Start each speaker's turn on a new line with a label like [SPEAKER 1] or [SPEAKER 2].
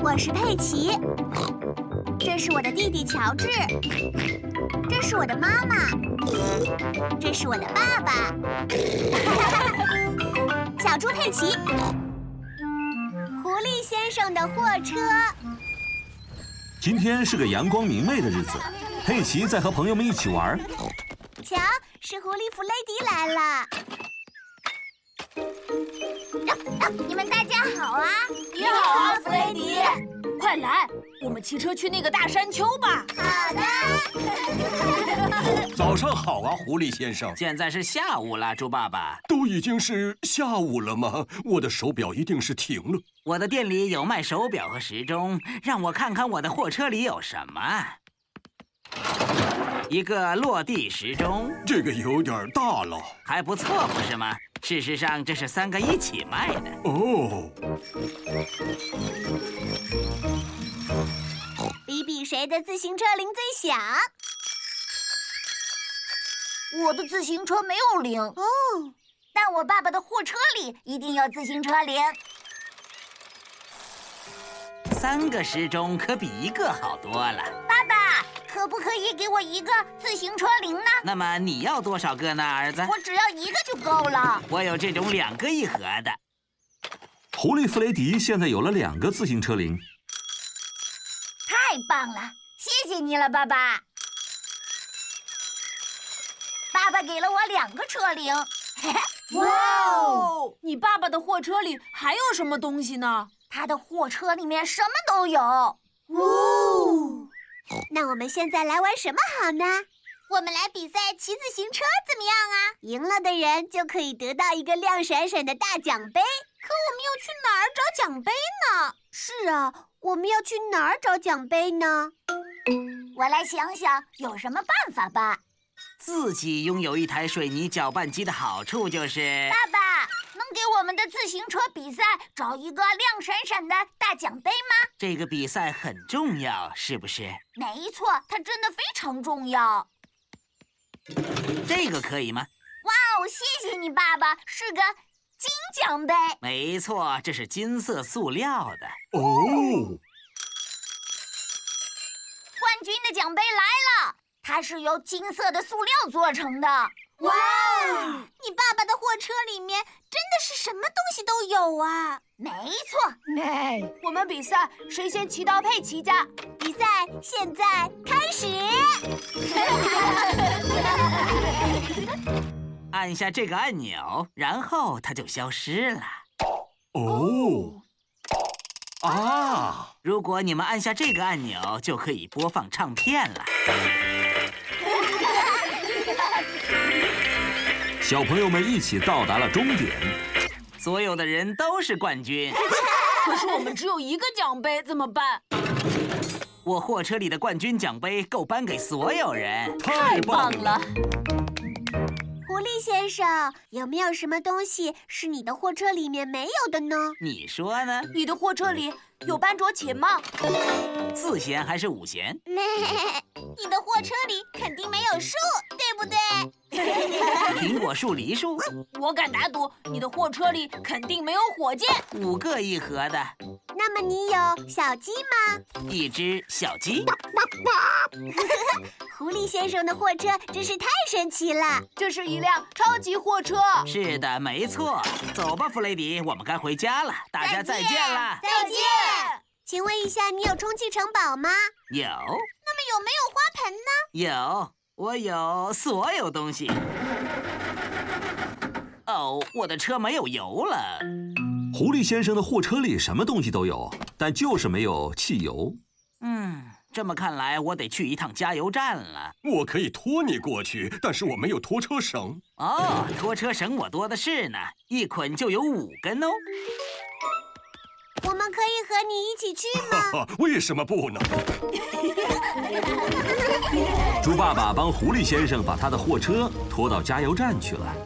[SPEAKER 1] 我是佩奇，这是我的弟弟乔治，这是我的妈妈，这是我的爸爸， 小猪佩奇，狐狸先生的货车。
[SPEAKER 2] 今天是个阳光明媚的日子，佩奇在和朋友们一起玩。
[SPEAKER 1] 瞧，是狐狸弗雷迪来了、啊啊。你们大家好啊！
[SPEAKER 3] 你好啊，弗雷迪！
[SPEAKER 4] 快来，我们骑车去那个大山丘吧。
[SPEAKER 1] 好
[SPEAKER 2] 的。早上好啊，狐狸先生。
[SPEAKER 5] 现在是下午了，猪爸爸。
[SPEAKER 2] 都已经是下午了吗？我的手表一定是停了。
[SPEAKER 5] 我的店里有卖手表和时钟，让我看看我的货车里有什么。一个落地时钟，
[SPEAKER 2] 这个有点大了，
[SPEAKER 5] 还不错，不是吗？事实上，这是三个一起卖的
[SPEAKER 2] 哦。
[SPEAKER 1] 比比谁的自行车铃最响？
[SPEAKER 3] 我的自行车没有铃哦，
[SPEAKER 1] 但我爸爸的货车里一定有自行车铃。
[SPEAKER 5] 三个时钟可比一个好多了。
[SPEAKER 3] 爸爸，可不可以给我一个自行车铃呢？
[SPEAKER 5] 那么你要多少个呢，儿子？
[SPEAKER 3] 我只要一个就够了。
[SPEAKER 5] 我有这种两个一盒的。
[SPEAKER 2] 狐狸弗雷迪现在有了两个自行车铃，
[SPEAKER 3] 太棒了！谢谢你了，爸爸。爸爸给了我两个车铃。
[SPEAKER 4] 哇哦！你爸爸的货车里还有什么东西呢？
[SPEAKER 3] 他的货车里面什么都有
[SPEAKER 1] 哦。那我们现在来玩什么好呢？
[SPEAKER 3] 我们来比赛骑自行车怎么样啊？
[SPEAKER 1] 赢了的人就可以得到一个亮闪闪的大奖杯。
[SPEAKER 3] 可我们要去哪儿找奖杯呢？
[SPEAKER 1] 是啊，我们要去哪儿找奖杯呢？
[SPEAKER 3] 我来想想有什么办法吧。
[SPEAKER 5] 自己拥有一台水泥搅拌机的好处就是，
[SPEAKER 3] 爸爸能给我们的自行车比赛找一个亮闪闪的大奖杯吗？
[SPEAKER 5] 这个比赛很重要，是不是？
[SPEAKER 3] 没错，它真的非常重要。
[SPEAKER 5] 这个可以吗？
[SPEAKER 3] 哇哦，谢谢你，爸爸，是个金奖杯。
[SPEAKER 5] 没错，这是金色塑料的。
[SPEAKER 2] 哦，
[SPEAKER 3] 冠军的奖杯来了。它是由金色的塑料做成的。
[SPEAKER 1] 哇！哦你爸爸的货车里面真的是什么东西都有啊！
[SPEAKER 3] 没错。
[SPEAKER 4] 哎，我们比赛谁先骑到佩奇家。
[SPEAKER 1] 比赛现在开始。
[SPEAKER 5] 按下这个按钮，然后它就消失了。
[SPEAKER 2] 哦。啊！
[SPEAKER 5] 如果你们按下这个按钮，就可以播放唱片了。
[SPEAKER 2] 小朋友们一起到达了终点，
[SPEAKER 5] 所有的人都是冠军。
[SPEAKER 4] 可是我们只有一个奖杯，怎么办？
[SPEAKER 5] 我货车里的冠军奖杯够颁给所有人，
[SPEAKER 2] 太棒
[SPEAKER 4] 了！
[SPEAKER 1] 狐狸先生，有没有什么东西是你的货车里面没有的呢？
[SPEAKER 5] 你说呢？
[SPEAKER 4] 你的货车里有班卓琴吗？
[SPEAKER 5] 四弦还是五弦？
[SPEAKER 3] 你的货车里肯定没有树，对不对？
[SPEAKER 5] 苹果树、梨树，
[SPEAKER 4] 我敢打赌，你的货车里肯定没有火箭。
[SPEAKER 5] 五个一盒的。
[SPEAKER 1] 那么你有小鸡吗？
[SPEAKER 5] 一只小鸡。
[SPEAKER 1] 狐狸先生的货车真是太神奇了，
[SPEAKER 4] 这是一辆超级货车。
[SPEAKER 5] 是的，没错。走吧，弗雷迪，我们该回家了。大家再见啦！
[SPEAKER 3] 再见。
[SPEAKER 1] 请问一下，你有充气城堡吗？
[SPEAKER 5] 有。那
[SPEAKER 3] 么有没有花盆呢？
[SPEAKER 5] 有，我有所有东西。哦，我的车没有油了。
[SPEAKER 2] 狐狸先生的货车里什么东西都有，但就是没有汽油。
[SPEAKER 5] 嗯，这么看来，我得去一趟加油站了。
[SPEAKER 6] 我可以拖你过去，但是我没有拖车绳。
[SPEAKER 5] 哦，拖车绳我多的是呢，一捆就有五根哦。
[SPEAKER 1] 我们可以和你一起去 吗？
[SPEAKER 2] 啊
[SPEAKER 6] 哈哈为什么不呢？
[SPEAKER 2] 猪爸爸帮狐狸先生把他的货车拖到加油站去了。